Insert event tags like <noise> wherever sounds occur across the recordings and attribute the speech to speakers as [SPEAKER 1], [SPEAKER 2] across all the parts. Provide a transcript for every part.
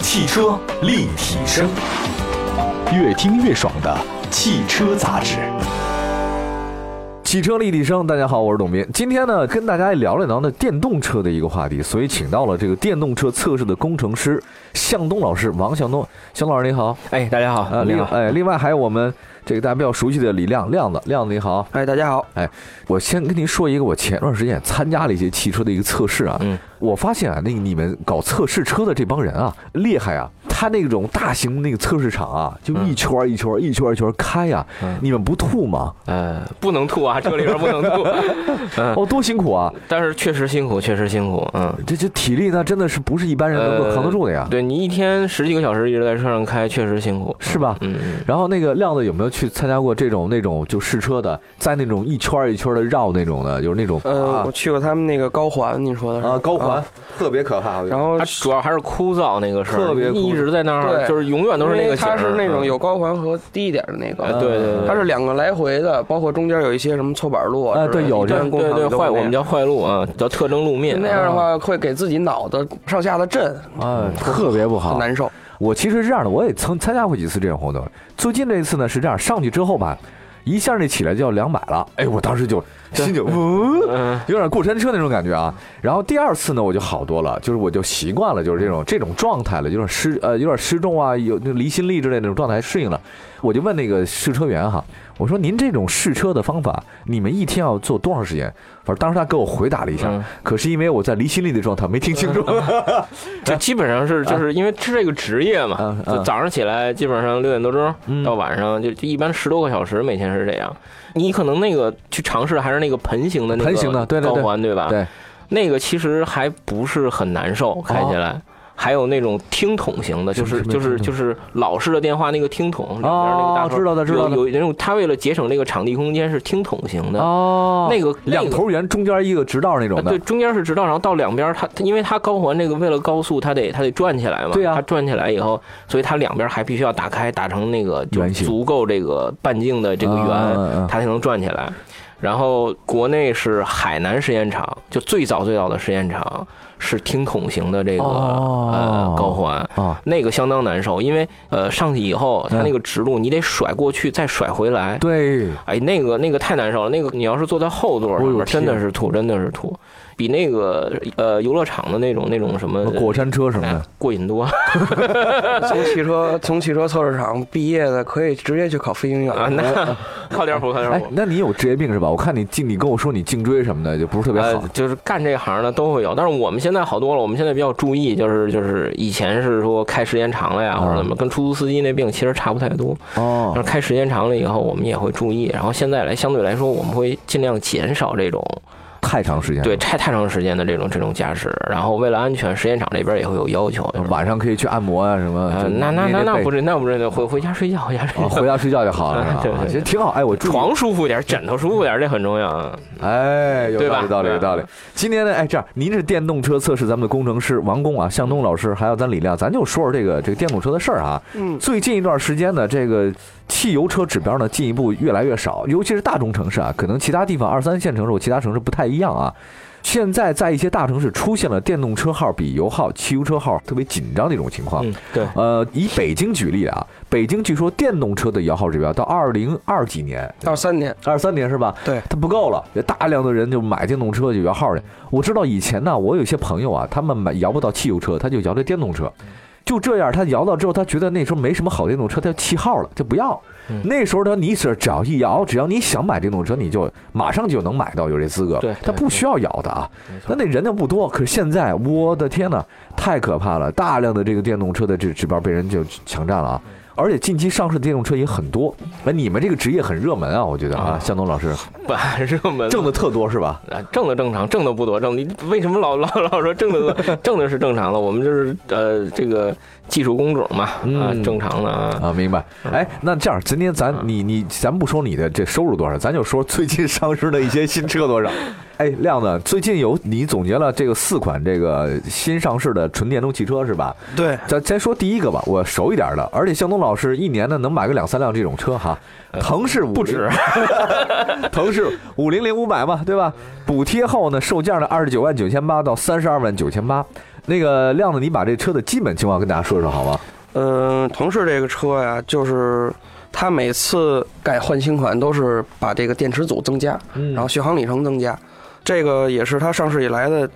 [SPEAKER 1] 汽车立体声，越听越爽的汽车杂志。
[SPEAKER 2] 汽车立体声，大家好，我是董斌。今天呢，跟大家聊了聊呢电动车的一个话题，所以请到了这个电动车测试的工程师向东老师，王向东。向老师你好，
[SPEAKER 3] 哎，大家好，
[SPEAKER 2] 呃，
[SPEAKER 3] 你
[SPEAKER 2] 另
[SPEAKER 3] 好，
[SPEAKER 2] 哎，另外还有我们这个大家比较熟悉的李亮，亮子，亮子你好。
[SPEAKER 3] 哎，大家好，
[SPEAKER 2] 哎，我先跟您说一个，我前段时间也参加了一些汽车的一个测试啊，
[SPEAKER 3] 嗯，
[SPEAKER 2] 我发现啊，那个你们搞测试车的这帮人啊，厉害啊！他那种大型那个测试场啊，就一圈儿一圈儿一圈儿一圈儿开呀、
[SPEAKER 3] 嗯
[SPEAKER 2] 你们不吐吗？
[SPEAKER 3] 呃，不能吐啊，车里边不能吐，嗯，
[SPEAKER 2] 哦，多辛苦啊！
[SPEAKER 3] 但是确实辛苦，确实辛苦，嗯，
[SPEAKER 2] 这这体力那真的是不是一般人能够
[SPEAKER 3] 呃
[SPEAKER 2] 扛得住的呀，
[SPEAKER 3] 对你一天十几个小时一直在车上开，确实辛苦，
[SPEAKER 2] 是吧？
[SPEAKER 3] 嗯嗯，
[SPEAKER 2] 然后那个亮子有没有去参加过这种那种就试车的，在那种一圈儿一圈儿的绕那种的，就是那种
[SPEAKER 4] 呃，
[SPEAKER 2] 啊
[SPEAKER 4] 我去过他们那个高环，你说的是
[SPEAKER 2] 啊高
[SPEAKER 4] 啊
[SPEAKER 2] 环特别可怕，我觉得
[SPEAKER 4] 然后
[SPEAKER 3] 它主要还是枯燥那个事儿，
[SPEAKER 2] 特别枯燥
[SPEAKER 3] 一直在那儿，
[SPEAKER 4] 对
[SPEAKER 3] 就是永远都是那
[SPEAKER 4] 因
[SPEAKER 3] 个
[SPEAKER 4] 为它
[SPEAKER 3] 景
[SPEAKER 4] 是
[SPEAKER 3] 儿
[SPEAKER 4] 那种
[SPEAKER 3] 嗯
[SPEAKER 4] 有高环和低一点的那
[SPEAKER 3] 呃
[SPEAKER 4] 个，
[SPEAKER 3] 对对对，
[SPEAKER 4] 它是两个来回的，包括中间有一些什么错板路啊
[SPEAKER 2] 哎对有这
[SPEAKER 4] 这
[SPEAKER 3] 对对对坏，我们叫坏路啊，叫特征路面，啊
[SPEAKER 4] 那样的话会给自己脑子上下的震，
[SPEAKER 2] 啊特别不
[SPEAKER 4] 很
[SPEAKER 2] 好。
[SPEAKER 4] 难 <laughs> 受。
[SPEAKER 2] 我其实是这样的，我也曾参加过几次这种活动。最近这一次呢是这样，上去之后吧，一下那起来就要两百了，哎，我当时就心 <laughs> 就嗯，
[SPEAKER 3] 嗯，
[SPEAKER 2] 有点过山车那种感觉啊。然后第二次呢，我就好多了，就是我就习惯了，就是这种这种状态了，就是失呃有点失重啊，有那离心力之类的那种状态适应了。我就问那个试车员哈，我说您这种试车的方法，你们一天要做多长时间？反正当时他给我回答了一下，
[SPEAKER 3] 嗯
[SPEAKER 2] 可是因为我在离心力的状态没听清楚，
[SPEAKER 3] 就基本上是就是因为是这个职业嘛
[SPEAKER 2] 嗯，嗯
[SPEAKER 3] 就早上起来基本上六点多钟
[SPEAKER 2] 嗯
[SPEAKER 3] 到晚上就就一般十多个小时，每天是这样。你可能那个去尝试还是那个盆形的那个
[SPEAKER 2] 盆形的对对
[SPEAKER 3] 高
[SPEAKER 2] 对
[SPEAKER 3] 环对吧？
[SPEAKER 2] 对，
[SPEAKER 3] 那个其实还不是很难受，开起来。还有那种听筒型的，
[SPEAKER 2] 什么
[SPEAKER 3] 就是
[SPEAKER 2] 什么
[SPEAKER 3] 就是
[SPEAKER 2] 听筒
[SPEAKER 3] 就是老式的电话那个听筒，里边那个大
[SPEAKER 2] 哦
[SPEAKER 3] 头
[SPEAKER 2] 知道的知道的
[SPEAKER 3] 有有那种，它为了节省这个场地空间是听筒型的，
[SPEAKER 2] 哦
[SPEAKER 3] 那个
[SPEAKER 2] 两。头圆，中间一个直道那
[SPEAKER 3] 那
[SPEAKER 2] 种
[SPEAKER 3] 个呃对，
[SPEAKER 2] 的，
[SPEAKER 3] 中间是直道，然后到两边它，它因为它高环这个为了高速，它得它得转起来嘛，
[SPEAKER 2] 对啊
[SPEAKER 3] 它转起来以后，所以它两边还必须要打开，打成那个就
[SPEAKER 2] 圆形
[SPEAKER 3] 足够这个半径的这个圆，
[SPEAKER 2] 啊嗯嗯
[SPEAKER 3] 它才能转起来。然后国内是海南实验场，就最早最早的实验场是听筒型的这个、
[SPEAKER 2] 哦
[SPEAKER 3] 呃高环，
[SPEAKER 2] 啊，
[SPEAKER 3] 那个相当难受，因为呃上去以后
[SPEAKER 2] 嗯
[SPEAKER 3] 它那个直路你得甩过去再甩回来，
[SPEAKER 2] 对，
[SPEAKER 3] 哎那个那个太难受了，那个你要是坐在后座上
[SPEAKER 2] 哎呦
[SPEAKER 3] 面
[SPEAKER 2] 天
[SPEAKER 3] 真的是吐，真的是吐，比那个呃游乐场的那种那种什么
[SPEAKER 2] 过山车什么
[SPEAKER 3] 哎
[SPEAKER 2] 的，
[SPEAKER 3] 过瘾多
[SPEAKER 4] 从汽车从汽车测试场毕业的，可以直接去考飞行
[SPEAKER 3] 啊，
[SPEAKER 4] 员。
[SPEAKER 3] 那 <laughs> 靠点谱靠点
[SPEAKER 2] 哎
[SPEAKER 3] 谱，。
[SPEAKER 2] 那你有职业病是吧？我看你颈，你跟我说你颈椎什么的就不是特别好
[SPEAKER 3] 呃，，就是干这行的都会有，但是我们现在好多了，我们现在比较注意，就是就是以前是说开时间长了呀，
[SPEAKER 2] 啊
[SPEAKER 3] 或者怎么，跟出租司机那病其实差不太多。
[SPEAKER 2] 哦
[SPEAKER 3] 但是开时间长了以后，我们也会注意，然后现在来相对来说，我们会尽量减少这种
[SPEAKER 2] 太长时间了，
[SPEAKER 3] 对太太长时间的这种这种驾驶，然后为了安全，时间长这边也会有要求。就是
[SPEAKER 2] 嗯晚上可以去按摩啊什么。
[SPEAKER 3] 呃，
[SPEAKER 2] 就
[SPEAKER 3] 那那
[SPEAKER 2] 捏
[SPEAKER 3] 那
[SPEAKER 2] 捏
[SPEAKER 3] 那
[SPEAKER 2] 背
[SPEAKER 3] 不是那不是，那回回家睡觉，回家睡
[SPEAKER 2] 啊，
[SPEAKER 3] 觉。 <laughs>
[SPEAKER 2] 回家睡觉就好了，是
[SPEAKER 3] 对
[SPEAKER 2] 吧？啊
[SPEAKER 3] 对对
[SPEAKER 2] 其实挺好。哎，我注意
[SPEAKER 3] 床舒服点，枕头舒服点，这很重要啊。
[SPEAKER 2] 哎，有
[SPEAKER 3] 对
[SPEAKER 2] 道
[SPEAKER 3] 吧
[SPEAKER 2] 理，有道理，
[SPEAKER 3] 对
[SPEAKER 2] 有道理。今天呢，哎，这样，您是电动车测试咱们的工程师王工啊，向东老师，还有咱李亮，咱就说说这个这个电动车的事儿啊。
[SPEAKER 4] 嗯，
[SPEAKER 2] 最近一段时间呢，这个汽油车指标呢进一步越来越少，尤其是大中城市啊，可能其他地方二三线城市或其他城市不太一样啊。现在在一些大城市出现了电动车号比油耗、汽油车号特别紧张的一种情况。
[SPEAKER 3] 嗯，对，
[SPEAKER 2] 呃，以北京举例啊，北京据说电动车的摇号指标到二零二几年，
[SPEAKER 4] 到三年，
[SPEAKER 2] 二三年是吧？
[SPEAKER 4] 对，
[SPEAKER 2] 它不够了，大量的人就买电动车就摇号去。
[SPEAKER 3] 嗯
[SPEAKER 2] 我知道以前呢，我有些朋友啊，他们买摇不到汽油车，他就摇这电动车。
[SPEAKER 3] 嗯
[SPEAKER 2] 就这样，他摇到之后，他觉得那时候没什么好电动车，他就弃号了，就不要。
[SPEAKER 3] 嗯
[SPEAKER 2] 那时候他你只只要一摇，只要你想买电动车，你就马上就能买到，有这资格。
[SPEAKER 3] 对对
[SPEAKER 2] 他不需要摇的啊
[SPEAKER 3] 没。错
[SPEAKER 2] 那那人就不多，可是现在我的天呐，太可怕了！大量的这个电动车的这指标被人就抢占了啊。而且近期上市的电动车也很多，哎，你们这个职业很热门啊，我觉得啊，
[SPEAKER 3] 啊
[SPEAKER 2] 向东老师。
[SPEAKER 3] 把热门
[SPEAKER 2] 挣的特多是吧？
[SPEAKER 3] 啊，挣的正常，挣的不多，挣的你为什么老老老说挣的多？挣的是正常的，我们就是呃这个技术工种嘛，啊
[SPEAKER 2] 嗯，
[SPEAKER 3] 正常的啊。
[SPEAKER 2] 啊，明白。哎，那这样，今天咱
[SPEAKER 3] 嗯
[SPEAKER 2] <laughs> 你你咱不说你的这收入多少，咱就说最近上市的一些新车多少。哎，亮子，最近有你总结了这个四款这个新上市的纯电动汽车是吧？
[SPEAKER 5] 对，
[SPEAKER 2] 咱先说第一个吧，我熟一点的，而且向东老师一年呢能买个两三辆这种车哈。腾势呃不止， <laughs> 腾势五零零五百嘛，对吧？补贴后呢，售价呢二十九万九千八到三十二万九千八。那个亮子，你把这车的基本情况跟大家说说好吗？
[SPEAKER 4] 嗯，腾势这个车呀，就是它每次改换新款都是把这个电池组增加，
[SPEAKER 2] 嗯
[SPEAKER 4] 然后续航里程增加，这个也是它上市以来的，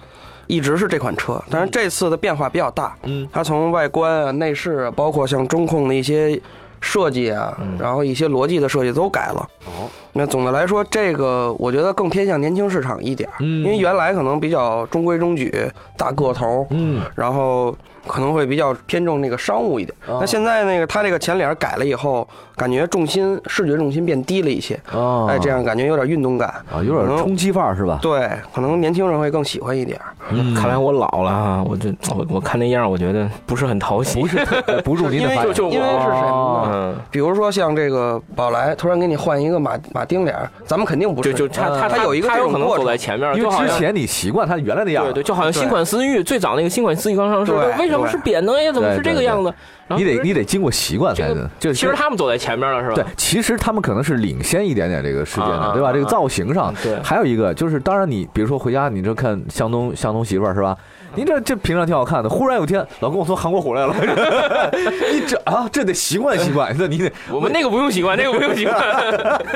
[SPEAKER 4] 一直是这款车。但是这次的变化比较大，
[SPEAKER 2] 嗯，
[SPEAKER 4] 它从外观啊、内饰啊，包括像中控的一些设计啊，然后一些逻辑的设计都改了。
[SPEAKER 2] 嗯哦，
[SPEAKER 4] 那总的来说，这个我觉得更偏向年轻市场一点儿，
[SPEAKER 2] 嗯
[SPEAKER 4] 因为原来可能比较中规中矩、大个头，
[SPEAKER 2] 嗯，
[SPEAKER 4] 然后可能会比较偏重那个商务一点。
[SPEAKER 2] 哦
[SPEAKER 4] 那现在那个它这个前脸改了以后，感觉重心视觉重心变低了一些，
[SPEAKER 3] 啊
[SPEAKER 2] 哦，
[SPEAKER 4] 哎，这样感觉有点运动感。
[SPEAKER 2] 啊，有
[SPEAKER 3] 嗯
[SPEAKER 2] 点冲击范儿是吧？
[SPEAKER 4] 对，可能年轻人会更喜欢一点。
[SPEAKER 2] 嗯
[SPEAKER 3] 看来我老了哈，我这我我看那样儿，我觉得不是很讨喜。
[SPEAKER 2] 不是啊特
[SPEAKER 3] <laughs>
[SPEAKER 2] 呃不入您的哦法眼
[SPEAKER 3] 就就
[SPEAKER 4] 因为是什么呢？
[SPEAKER 3] 嗯，
[SPEAKER 4] 比如说像这个宝来突然给你换一个马马丁脸儿，咱们肯定不。
[SPEAKER 3] 就是就他
[SPEAKER 2] 嗯
[SPEAKER 3] 他
[SPEAKER 4] 他有一个
[SPEAKER 3] 他
[SPEAKER 4] 这
[SPEAKER 3] 有
[SPEAKER 4] 种
[SPEAKER 3] 可能
[SPEAKER 4] 过
[SPEAKER 3] 走
[SPEAKER 4] 程
[SPEAKER 3] 在前面儿，
[SPEAKER 2] 因
[SPEAKER 3] 就
[SPEAKER 2] 为
[SPEAKER 3] 好
[SPEAKER 2] 之
[SPEAKER 3] 像
[SPEAKER 2] 前你习惯它原来那样
[SPEAKER 3] 对
[SPEAKER 2] 了，
[SPEAKER 3] 对，就好像新款思域最早那个新款思域刚上市，
[SPEAKER 4] 对
[SPEAKER 3] 为什么是扁的呀？怎么是这个样子？然后
[SPEAKER 2] 你
[SPEAKER 3] 其
[SPEAKER 2] 得
[SPEAKER 3] 实
[SPEAKER 2] 你得经过习惯才能。就
[SPEAKER 3] 其实他们走在前面了，是吧？
[SPEAKER 2] 对，其实他们可能是领先一点点这个世界的，
[SPEAKER 3] 啊
[SPEAKER 2] 对吧？
[SPEAKER 3] 啊
[SPEAKER 2] 这个造型上
[SPEAKER 3] 嗯，对
[SPEAKER 2] 还有一个就是，当然你比如说回家，你这看向东向东媳妇儿是吧？你这这平常挺好看的，忽然有一天，老公我从韩国回来了， <laughs> 你这啊这得习惯习惯，那你得
[SPEAKER 3] 我们那个不用习 <laughs> 惯，那个不用习惯，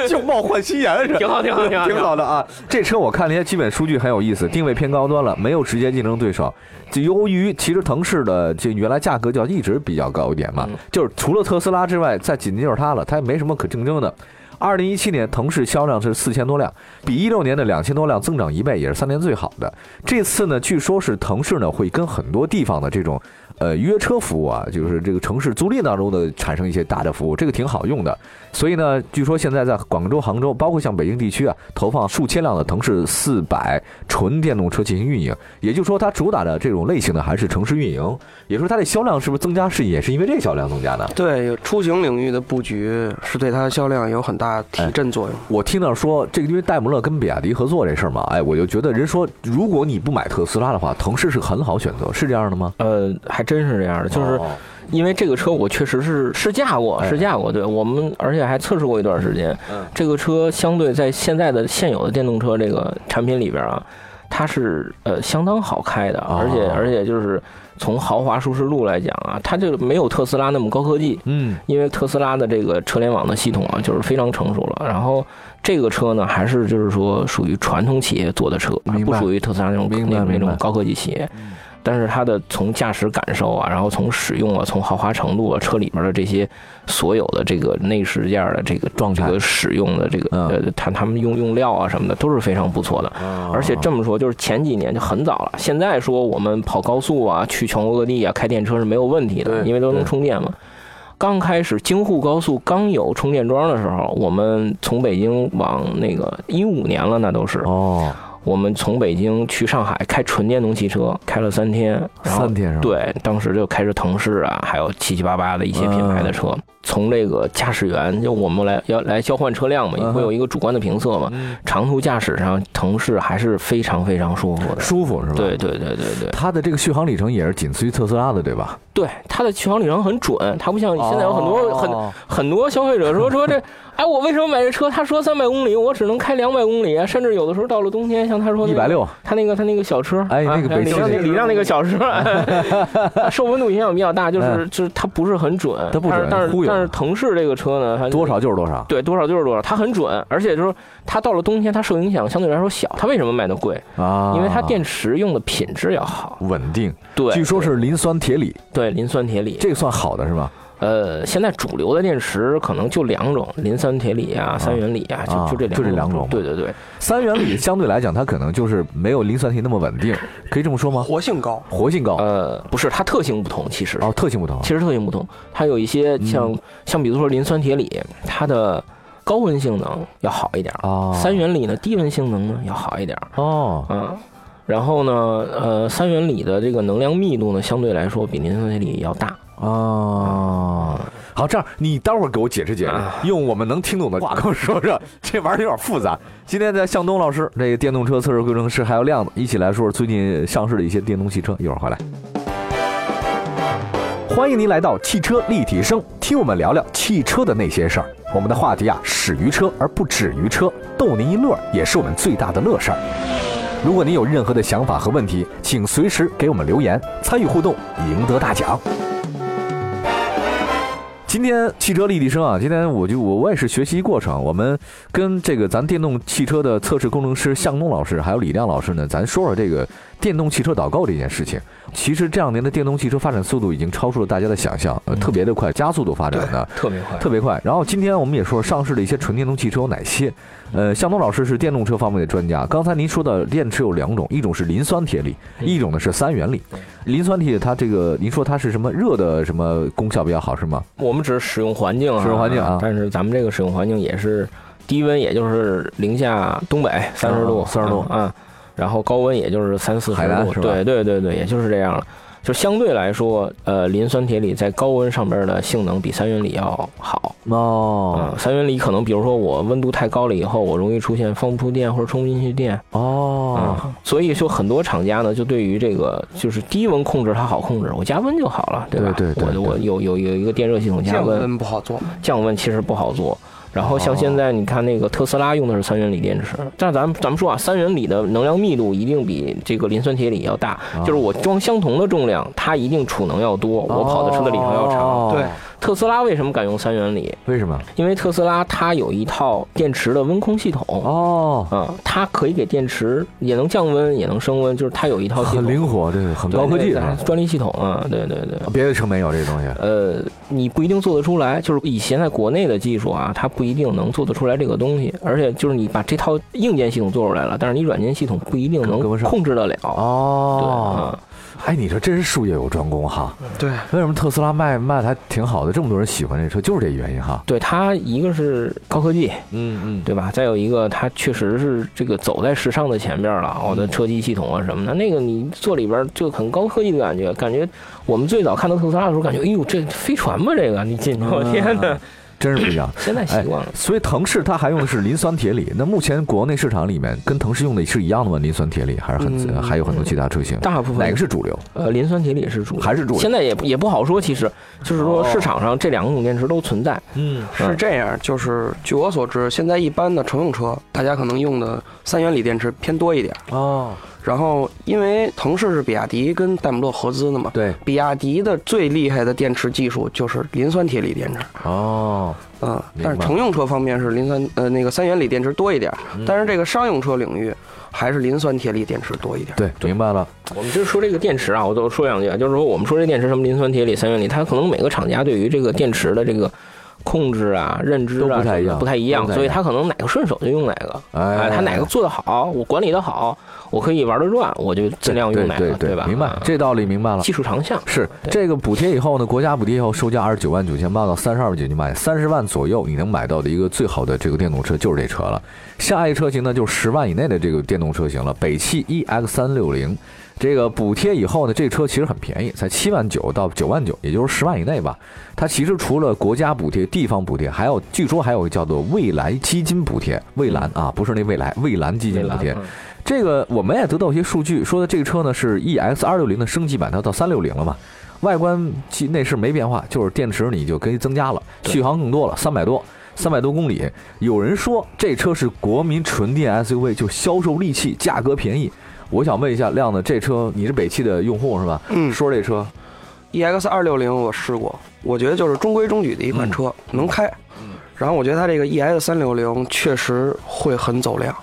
[SPEAKER 2] 就冒换新颜是。
[SPEAKER 3] 挺好，挺好， <laughs> 挺好，
[SPEAKER 2] 挺。好的啊，这车我看了一些基本数据很有意思，定位偏高端了，没有直接竞争对手。就由于其实腾势的这原来价格就一直比较高一点嘛，
[SPEAKER 3] 嗯
[SPEAKER 2] 就是除了特斯拉之外，再紧接就是它了，它也没什么可竞争的。二零一七年腾势销量是四千多辆，比一六年的两千多辆增长一倍，也是三年最好的。这次呢，据说是腾势呢会跟很多地方的这种呃约车服务啊，就是这个城市租赁当中的产生一些大的服务，这个挺好用的。所以呢，据说现在在广州、杭州，包括像北京地区啊，投放数千辆的腾势四百纯电动车进行运营。也就是说，它主打的这种类型呢，还是城市运营。也就是说，它的销量是不是增加是也是因为这销量增加的？
[SPEAKER 4] 对出行领域的布局是对它销量有很大
[SPEAKER 3] 哎
[SPEAKER 4] 提振作用。
[SPEAKER 2] 我听到说这个因为戴姆勒跟比亚迪合作这事儿嘛，哎，我就觉得人说，如果你不买特斯拉的话，腾势是很好选择，是这样的吗？
[SPEAKER 3] 呃，还真是这样的，就是
[SPEAKER 2] 哦
[SPEAKER 3] 因为这个车我确实是试驾过，
[SPEAKER 2] 哎
[SPEAKER 3] 试驾过，对我们而且还测试过一段时间。
[SPEAKER 2] 嗯
[SPEAKER 3] 这个车相对在现在的现有的电动车这个产品里边啊，它是呃相当好开的，
[SPEAKER 2] 哦
[SPEAKER 3] 而且而且就是从豪华舒适度来讲啊，它就没有特斯拉那么高科技。
[SPEAKER 2] 嗯，
[SPEAKER 3] 因为特斯拉的这个车联网的系统啊，就是非常成熟了。然后这个车呢，还是就是说属于传统企业做的车，
[SPEAKER 2] 明白
[SPEAKER 3] 不属于特斯拉那种
[SPEAKER 2] 明白嗯
[SPEAKER 3] 那那
[SPEAKER 2] 明白
[SPEAKER 3] 种高科技企业。但是它的从驾驶感受啊，然后从使用啊，从豪华程度啊，车里面的这些所有的这个内饰件的这个
[SPEAKER 2] 状态
[SPEAKER 3] 这个使用的这个
[SPEAKER 2] 嗯
[SPEAKER 3] 呃，它他们用用料啊什么的都是非常不错的。
[SPEAKER 2] 哦
[SPEAKER 3] 而且这么说，就是前几年就很早了。现在说我们跑高速啊，去全国各地啊，开电车是没有问题的，
[SPEAKER 4] 对
[SPEAKER 3] 因为都能
[SPEAKER 2] 对
[SPEAKER 3] 充电嘛。刚开始京沪高速刚有充电桩的时候，我们从北京往那个一五年了，那都是
[SPEAKER 2] 哦，
[SPEAKER 3] 我们从北京去上海开纯电动汽车，开了三天，然后
[SPEAKER 2] 三天是吧？，啊
[SPEAKER 3] 对，当时就开始腾势啊，还有七七八八的一些品牌的
[SPEAKER 2] 嗯
[SPEAKER 3] 车。从这个驾驶员，就我们来要来交换车辆嘛，也
[SPEAKER 2] 嗯哼
[SPEAKER 3] 会有一个主观的评测嘛。
[SPEAKER 2] 嗯
[SPEAKER 3] 长途驾驶上，腾势还是非常非常舒服的。
[SPEAKER 2] 舒服是吧？
[SPEAKER 3] 对。对对对对
[SPEAKER 2] 它的这个续航里程也是仅次于特斯拉的，对吧？
[SPEAKER 3] 对，它的续航里程很准，它不像现在有很多、
[SPEAKER 2] 哦
[SPEAKER 3] 很很多消费者说说这，哎，我为什么买这车？他说三百公里，我只能开两百公里，啊甚至有的时候到了冬天，像他说那个
[SPEAKER 2] 一百六，
[SPEAKER 3] 他那个他那个小车，
[SPEAKER 2] 哎
[SPEAKER 3] 啊
[SPEAKER 2] 那个北
[SPEAKER 3] 李
[SPEAKER 2] 汽
[SPEAKER 3] 让
[SPEAKER 2] 那
[SPEAKER 3] 那
[SPEAKER 2] 个
[SPEAKER 3] 李让那个
[SPEAKER 2] <laughs>
[SPEAKER 3] 小车，受温度影响比较大，就是就是它不是很准，
[SPEAKER 2] 嗯它不准
[SPEAKER 3] 但是但
[SPEAKER 2] 忽
[SPEAKER 3] 是
[SPEAKER 2] 悠
[SPEAKER 3] 但是腾势这个车呢，它
[SPEAKER 2] 多？少就是多少
[SPEAKER 3] 对，多少就是多少，它很准，而且就是它到了冬天，它受影响相对来说小。它为什么卖的贵？
[SPEAKER 2] 啊？
[SPEAKER 3] 因为它电池用的品质要好。
[SPEAKER 2] 稳定，
[SPEAKER 3] 对，
[SPEAKER 2] 据说是磷酸铁锂，
[SPEAKER 3] 对磷酸铁锂。
[SPEAKER 2] 这个算好的是吧？
[SPEAKER 3] 呃，现在主流的电池可能就两种，磷酸铁锂啊、三元锂啊，
[SPEAKER 2] 啊
[SPEAKER 3] 就就这两
[SPEAKER 2] 就这两种
[SPEAKER 3] 种。对对对，
[SPEAKER 2] 三元锂相对来讲，它可能就是没有磷酸铁那么稳定，可以这么说吗？
[SPEAKER 4] 活性高，
[SPEAKER 2] 活性高，
[SPEAKER 3] 呃，不是，它特性不同，其实
[SPEAKER 2] 哦，嗯特性不同
[SPEAKER 3] 呃其实特性不同，它有一些像、像比如说磷酸铁锂，它的高温性能要好一点儿，
[SPEAKER 2] 哦，
[SPEAKER 3] 三元锂呢低温性能呢要好一点儿，
[SPEAKER 2] 哦，
[SPEAKER 3] 嗯。然后呢，呃，三元锂的这个能量密度呢，相对来说比磷酸铁锂要大。
[SPEAKER 2] 哦，好，这样你待会儿给我解释解释，用我们能听懂的话跟我说 <laughs> 说，这玩意儿有点复杂。今天的向东老师，这个电动车测试工程师还有亮子一起来说说最近上市的一些电动汽车，一会儿回来。欢迎您来到汽车立体声，听我们聊聊汽车的那些事儿。我们的话题啊，始于车而不止于车，逗您一乐也是我们最大的乐事儿。如果您有任何的想法和问题，请随时给我们留言，参与互动，赢得大奖。今天汽车立体声啊，今天我就我我也是学习过程，我们跟这个咱电动汽车的测试工程师向东老师还有李亮老师呢，咱说说这个电动汽车导购这件事情。其实这两年的电动汽车发展速度已经超出了大家的想象，呃，特别的快，加速度发展的。
[SPEAKER 3] 特别快。
[SPEAKER 2] 特别快。然后今天我们也说上市的一些纯电动汽车有哪些？呃，向东老师是电动车方面的专家。刚才您说的电池有两种，一种是磷酸铁锂，一种呢是三元锂。磷酸铁它这个，您说它是什么热的什么功效比较好是吗？
[SPEAKER 3] 我们只是使用环境啊，
[SPEAKER 2] 使用环境啊
[SPEAKER 3] 但是咱们这个使用环境也是低温，也就是零下东北三十度，
[SPEAKER 2] 啊30度
[SPEAKER 3] 啊，然后高温也就是三四十
[SPEAKER 2] 海南
[SPEAKER 3] 度
[SPEAKER 2] 是，吧
[SPEAKER 3] 对对对对，也就是这样了。就相对来说，呃，磷酸铁锂在高温上边的性能比三元锂要好。
[SPEAKER 2] 哦
[SPEAKER 3] 啊，三元锂可能，比如说我温度太高了以后，我容易出现放不出电或者充不进去电
[SPEAKER 2] 哦，
[SPEAKER 3] 啊，所以就很多厂家呢，就对于这个就是低温控制它好控制，我加温就好了，吧？
[SPEAKER 2] 对对对对
[SPEAKER 3] 我我有有有一个电热系统加
[SPEAKER 4] 降
[SPEAKER 3] 温，
[SPEAKER 4] 温不好做，
[SPEAKER 3] 降温其实不好做。然后像
[SPEAKER 2] 哦
[SPEAKER 3] 现在你看那个特斯拉用的是三元锂电池，但是咱们咱们说啊，三元锂的能量密度一定比这个磷酸铁锂要大，
[SPEAKER 2] 哦
[SPEAKER 3] 就是我装相同的重量，它一定储能要多，我跑的车的里程要长。
[SPEAKER 2] 哦
[SPEAKER 4] 对，
[SPEAKER 3] 特斯拉为什么敢用三元锂？
[SPEAKER 2] 为什么？
[SPEAKER 3] 因为特斯拉它有一套电池的温控系统。
[SPEAKER 2] 哦，
[SPEAKER 3] 啊、它可以给电池也能降温，也能升温，就是它有一套系
[SPEAKER 2] 很
[SPEAKER 3] 统，
[SPEAKER 2] 灵活，对，很
[SPEAKER 3] 对
[SPEAKER 2] 高科技
[SPEAKER 3] 对
[SPEAKER 2] 是吧？
[SPEAKER 3] 专利系统啊，对对对。
[SPEAKER 2] 别的车没有这东西。
[SPEAKER 3] 呃，你不一定做得出来，就是以现在国内的技术啊，它不一定能做得出来这个东西，而且就是你把这套硬件系统做出来了，但是你软件系统不一定能
[SPEAKER 2] 跟不上
[SPEAKER 3] 控制得了。对
[SPEAKER 2] 哦，
[SPEAKER 3] 啊，
[SPEAKER 2] 哎，你说真是术业有专攻哈。
[SPEAKER 4] 对，
[SPEAKER 2] 为什么特斯拉卖卖的还挺好的，这么多人喜欢这车，就是这原因哈。
[SPEAKER 3] 对它一个是高科技，
[SPEAKER 2] 嗯嗯，
[SPEAKER 3] 对吧？再有一个，它确实是这个走在时尚的前边了，我的车机系统啊什么的，那个你坐里边就很高科技的感觉，感觉我们最早看到特斯拉的时候，感觉哎呦这飞船吧这个，你进去，我天哪！
[SPEAKER 2] 啊真是不一样。
[SPEAKER 3] 哦 <laughs> 现在习惯了。
[SPEAKER 2] 所以腾势它还用的是磷酸铁锂，那目前国内市场里面跟腾势用的是一样的吗？磷酸铁锂还是很、
[SPEAKER 4] 嗯
[SPEAKER 2] 还有很多其他车型，
[SPEAKER 3] 大部分
[SPEAKER 2] 哪个是主流？
[SPEAKER 3] 呃，磷酸铁锂是主流，
[SPEAKER 2] 还是主流
[SPEAKER 3] 现在也不也不好说，其实就是说
[SPEAKER 2] 哦
[SPEAKER 3] 市场上这两种电池都存在。
[SPEAKER 2] 嗯，
[SPEAKER 4] 是这样，就是据我所知，现在一般的乘用车，大家可能用的三元锂电池偏多一点。
[SPEAKER 2] 哦，
[SPEAKER 4] 然后，因为腾势是比亚迪跟戴姆勒合资的嘛，
[SPEAKER 2] 对，
[SPEAKER 4] 比亚迪的最厉害的电池技术就是磷酸铁锂电池，
[SPEAKER 2] 哦，
[SPEAKER 4] 嗯，
[SPEAKER 2] 明白
[SPEAKER 4] 但是乘用车方面是磷酸呃那个三元锂电池多一点，
[SPEAKER 2] 嗯
[SPEAKER 4] 但是这个商用车领域还是磷酸铁锂电池多一点。
[SPEAKER 2] 对，明白了，
[SPEAKER 3] 我们就是说这个电池啊，我都说两句啊，就是说我们说这电池什么磷酸铁锂、三元锂，它可能每个厂家对于这个电池的这个控制啊、认知
[SPEAKER 2] 都
[SPEAKER 3] 啊
[SPEAKER 2] 不太一样
[SPEAKER 3] 什么的不太一样
[SPEAKER 2] 都不，太一样
[SPEAKER 3] 所以它可能哪个顺手就用哪个。
[SPEAKER 2] 哎，
[SPEAKER 3] 哎，它哪个做得好，我管理得好，我可以玩得转，我就尽量用
[SPEAKER 2] 对
[SPEAKER 3] 哪
[SPEAKER 2] 对
[SPEAKER 3] 个，
[SPEAKER 2] 对，
[SPEAKER 3] 吧？
[SPEAKER 2] 明白
[SPEAKER 3] 啊
[SPEAKER 2] 这道理，明白了。
[SPEAKER 3] 技术长项。
[SPEAKER 2] 是
[SPEAKER 3] 对
[SPEAKER 2] 这个补贴以后呢，国家补贴以后售价二十九万九千八到三十二万九千八，三十万左右你能买到的一个最好的这个电动车就是这车了。下一个车型呢就是十万以内的这个电动车型了，北汽 EX 三六零。这个补贴以后呢，这车其实很便宜，才七万九到九万九，也就是十万以内吧。它其实除了国家补贴、地方补贴，还有据说还有叫做未来基金补贴，蔚蓝啊，不是那未来，蔚蓝基金补贴。
[SPEAKER 3] 嗯
[SPEAKER 2] 这个我们也得到一些数据，说的这个车呢是 EX 二六零的升级版，它到三六零了嘛，外观其内饰没变化，就是电池你就可以增加了，
[SPEAKER 3] 对
[SPEAKER 2] 续航更多了，三百多。三百多公里，有人说这车是国民纯电 SUV，就销售利器，价格便宜。我想问一下亮子，这车你是北汽的用户是吧？
[SPEAKER 4] 嗯
[SPEAKER 2] 说这车，
[SPEAKER 4] EX E 二六零我试过，我觉得就是中规中矩的一
[SPEAKER 2] 嗯
[SPEAKER 4] 款车，能开。然后我觉得它这个 EX 三六零确实会很走量，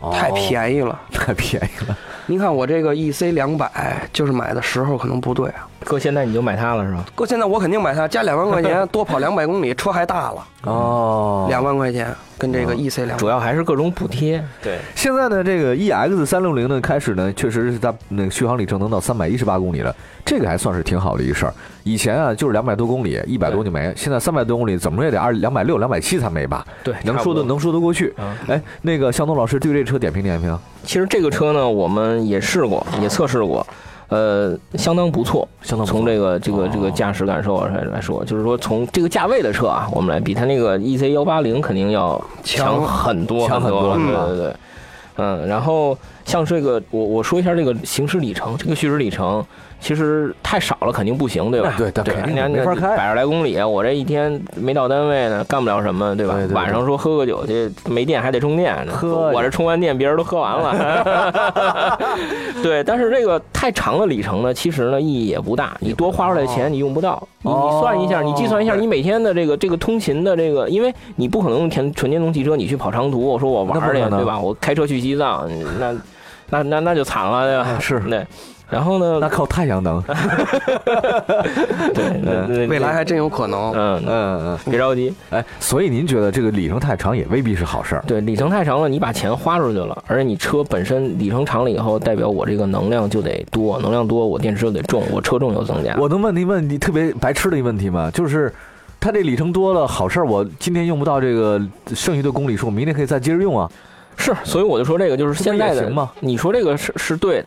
[SPEAKER 2] 哦
[SPEAKER 4] 太
[SPEAKER 2] 宜，
[SPEAKER 4] 便宜了。
[SPEAKER 2] 哦太便宜了。
[SPEAKER 4] 您看我这个 EC 两百，就是买的时候可能不对啊。
[SPEAKER 3] 哥，现在你就买它了是吧？
[SPEAKER 4] 哥，现在我肯定买它，加两万块
[SPEAKER 2] <laughs>
[SPEAKER 4] 钱，多跑两百公里，车还大了，
[SPEAKER 2] 哦，
[SPEAKER 4] 两万块钱跟这个 EC 两
[SPEAKER 3] 主
[SPEAKER 4] 百。
[SPEAKER 3] 要还是各种补贴。对，
[SPEAKER 2] 现在呢，这个 EX 三六零呢，开始呢，确实是它那个续航里程能到三百一十八公里了，这个还算是挺好的一个事儿。以前啊，就是两百多公里，一百多就没，现在三百多公里，怎么着也得二两百六、两百七才没吧？
[SPEAKER 3] 对
[SPEAKER 2] 能说得
[SPEAKER 3] 差不多
[SPEAKER 2] 能说得过去
[SPEAKER 3] 啊。
[SPEAKER 2] 哎，那
[SPEAKER 3] 呃
[SPEAKER 2] 个向东老师对这车点评点评
[SPEAKER 3] 其实这个车呢，我们也试过，也测试过。呃，相当不错。
[SPEAKER 2] 相当不错哦
[SPEAKER 3] 从这个这个这个驾驶感受来来说，就是说从这个价位的车啊，我们来比它那个 E C 幺八零肯定要
[SPEAKER 4] 强
[SPEAKER 3] 很多
[SPEAKER 2] 强
[SPEAKER 3] 很
[SPEAKER 2] 很
[SPEAKER 4] 多
[SPEAKER 3] 对对对。嗯，然后像这个，我我说一下这个行驶里程，这个蓄驶里程其实太少了，肯定不行，对吧
[SPEAKER 2] 那？哎对但
[SPEAKER 3] 对，
[SPEAKER 2] 肯定
[SPEAKER 3] 你看
[SPEAKER 2] 没
[SPEAKER 3] 那
[SPEAKER 2] 法开
[SPEAKER 3] 百十来公里，我这一天没到单位呢，干不了什么，对吧？
[SPEAKER 2] 对对对
[SPEAKER 3] 晚上说喝个酒去，没电还得充 <laughs> 电，
[SPEAKER 2] 喝呀
[SPEAKER 3] 我这充完电，别人都喝完了。 <laughs> 对，但是这个太长的里程呢，其实呢意义也不大，你多花出来的钱你用不到。你
[SPEAKER 2] 哦
[SPEAKER 3] 你算一下，你计算一下，
[SPEAKER 2] 对
[SPEAKER 3] 你每天的这个这个通勤的这个，因为你不可能用纯纯电动汽车你去跑长途，我说我玩
[SPEAKER 2] 那不
[SPEAKER 3] 儿
[SPEAKER 2] 可
[SPEAKER 3] 去，
[SPEAKER 2] 能
[SPEAKER 3] 对吧？我开车去西藏，那那那那就惨了，对吧？
[SPEAKER 2] 是
[SPEAKER 3] 对。然后呢？
[SPEAKER 2] 那靠太阳能，
[SPEAKER 3] <laughs> 对，那那
[SPEAKER 4] 未来还真有可能。
[SPEAKER 3] 嗯，那
[SPEAKER 2] 嗯嗯，
[SPEAKER 3] 别着急，
[SPEAKER 2] 哎，所以您觉得这个里程太长也未必是好事儿，
[SPEAKER 3] 对，里程太长了，你把钱花出去了，而且你车本身里程长了以后，代表我这个能量就得多，能量多，我电池就得重，我车重又增加。
[SPEAKER 2] 我能问您问你特别白痴的一个问题吗？就是它这里程多了好事儿，我今天用不到这个剩余的公里数，明天可以再接着用啊。
[SPEAKER 3] 是，所以我就说这个就是
[SPEAKER 2] 这不
[SPEAKER 3] 现
[SPEAKER 2] 也
[SPEAKER 3] 在的
[SPEAKER 2] 行吗
[SPEAKER 3] 你说这个是是对的，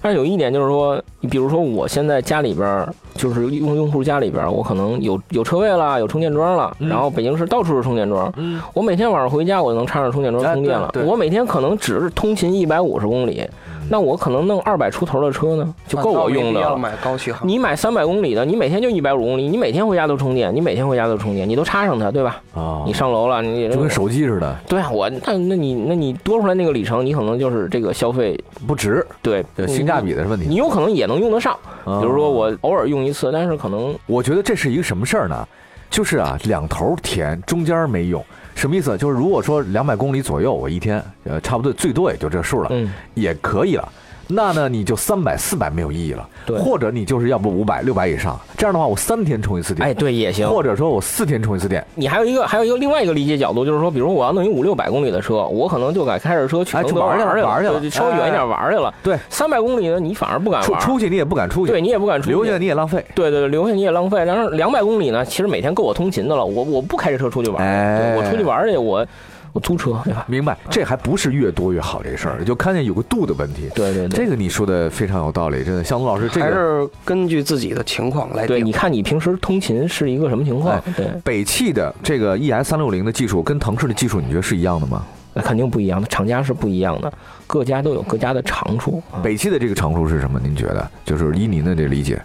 [SPEAKER 3] 但是有一点就是说，你比如说我现在家里边儿就是用用户家里边儿，我可能有有车位了，有充电桩了，
[SPEAKER 2] 嗯
[SPEAKER 3] 然后北京市到处是充电桩，
[SPEAKER 2] 嗯，
[SPEAKER 3] 我每天晚上回家，我就能插上充电桩
[SPEAKER 2] 哎
[SPEAKER 3] 充电了
[SPEAKER 2] 对。嗯对
[SPEAKER 3] 我每天可能只是通勤一百五十公里，那我可能弄二百出头的车呢，就
[SPEAKER 2] 啊
[SPEAKER 3] 够我用的
[SPEAKER 4] 要
[SPEAKER 3] 了。
[SPEAKER 4] 买高续航，
[SPEAKER 3] 你买三百公里的，你每天就一百五公里，你每天回家都充电，你每天回家都充电，你都插上它，对吧？
[SPEAKER 2] 啊，
[SPEAKER 3] 你上楼了，你
[SPEAKER 2] 就跟手机似的，
[SPEAKER 3] 对啊，我那那你那你多出来那个里程，你可能就是这个消费，
[SPEAKER 2] 不值，
[SPEAKER 3] 对
[SPEAKER 2] 对性价，比哦的问
[SPEAKER 3] 你
[SPEAKER 2] 题。
[SPEAKER 3] 你有可能也能用得上。
[SPEAKER 2] 比
[SPEAKER 3] 比如说，我偶尔用一次，但是可能
[SPEAKER 2] 我觉得这是一个什么事儿呢？就是啊，两头甜，中间没用。什么意思？就是如果说两百公里左右，我一天，呃，差不多最多也就这数了，
[SPEAKER 3] 嗯，
[SPEAKER 2] 也可以了。那呢，你就三百、四百没有意义了，
[SPEAKER 3] 对
[SPEAKER 2] 或者你就是要不五百、六百以上。这样的话，我三天充一次电，
[SPEAKER 3] 哎，对也行。
[SPEAKER 2] 或者说我四天充一次电，
[SPEAKER 3] 你还有一个还有一个另外一个理解角度，就是说，比如我要弄一五六百公里的车，我可能就敢开着车去
[SPEAKER 2] 哎
[SPEAKER 3] 承
[SPEAKER 2] 去
[SPEAKER 3] 德
[SPEAKER 2] 玩儿去了
[SPEAKER 3] 去
[SPEAKER 2] 玩儿去了哎
[SPEAKER 3] 对稍微远一点玩儿去了。
[SPEAKER 2] 对
[SPEAKER 3] 三百公里呢，你反而不敢
[SPEAKER 2] 出
[SPEAKER 3] 玩儿，
[SPEAKER 2] 出去你也不敢出去，
[SPEAKER 3] 对你也不敢出去
[SPEAKER 2] 留下你也浪费。
[SPEAKER 3] 对对对，留下你也浪费。然后两百公里呢，其实每天够我通勤的了。我我不开着车出去玩儿，
[SPEAKER 2] 哎
[SPEAKER 3] 对我出去玩儿去，我我租车，对吧？
[SPEAKER 2] 明白，这还不是越多越好这事儿，就看见有个度的问题。
[SPEAKER 3] 对对对
[SPEAKER 2] 这个你说的非常有道理，真的，向东老师，这
[SPEAKER 4] 还
[SPEAKER 2] 个
[SPEAKER 4] 是根据自己的情况来
[SPEAKER 3] 对，
[SPEAKER 4] 定
[SPEAKER 3] 你。看你平时通勤是一个什么情况
[SPEAKER 2] 哎？
[SPEAKER 3] 对，
[SPEAKER 2] 北汽的这个 ES 三六零的技术跟腾势的技术，你觉得是一样的吗？
[SPEAKER 3] 那肯定不一样的，厂家是不一样的，各家都有各家的长处。啊
[SPEAKER 2] 北汽的这个长处是什么？您觉得？就是依您的这理解，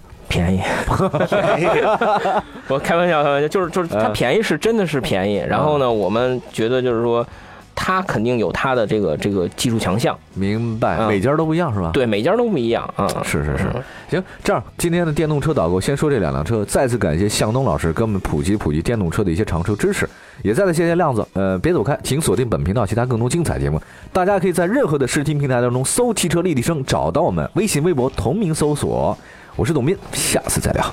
[SPEAKER 2] <laughs>
[SPEAKER 3] 便宜，我开玩笑，开玩笑，就是就是它
[SPEAKER 2] 嗯
[SPEAKER 3] 便宜是真的是便宜。然后呢，我们觉得就是说，它肯定有它的这个这个技术强项，
[SPEAKER 2] 明白，
[SPEAKER 3] 嗯
[SPEAKER 2] 每家都不一样是吧？，
[SPEAKER 3] 对，每家都不一样啊。
[SPEAKER 2] 是是是
[SPEAKER 3] 嗯。
[SPEAKER 2] 行，这样今天的电动车导购先说这两辆车，再次感谢向东老师给我们普及普及电动车的一些常识知识，也再次谢谢亮子。呃，别走开，请锁定本频道其他更多精彩节目。大家可以在任何的视听平台当中搜“汽车立体声”，找到我们微信、微博同名搜索。我是董斌，下次再聊。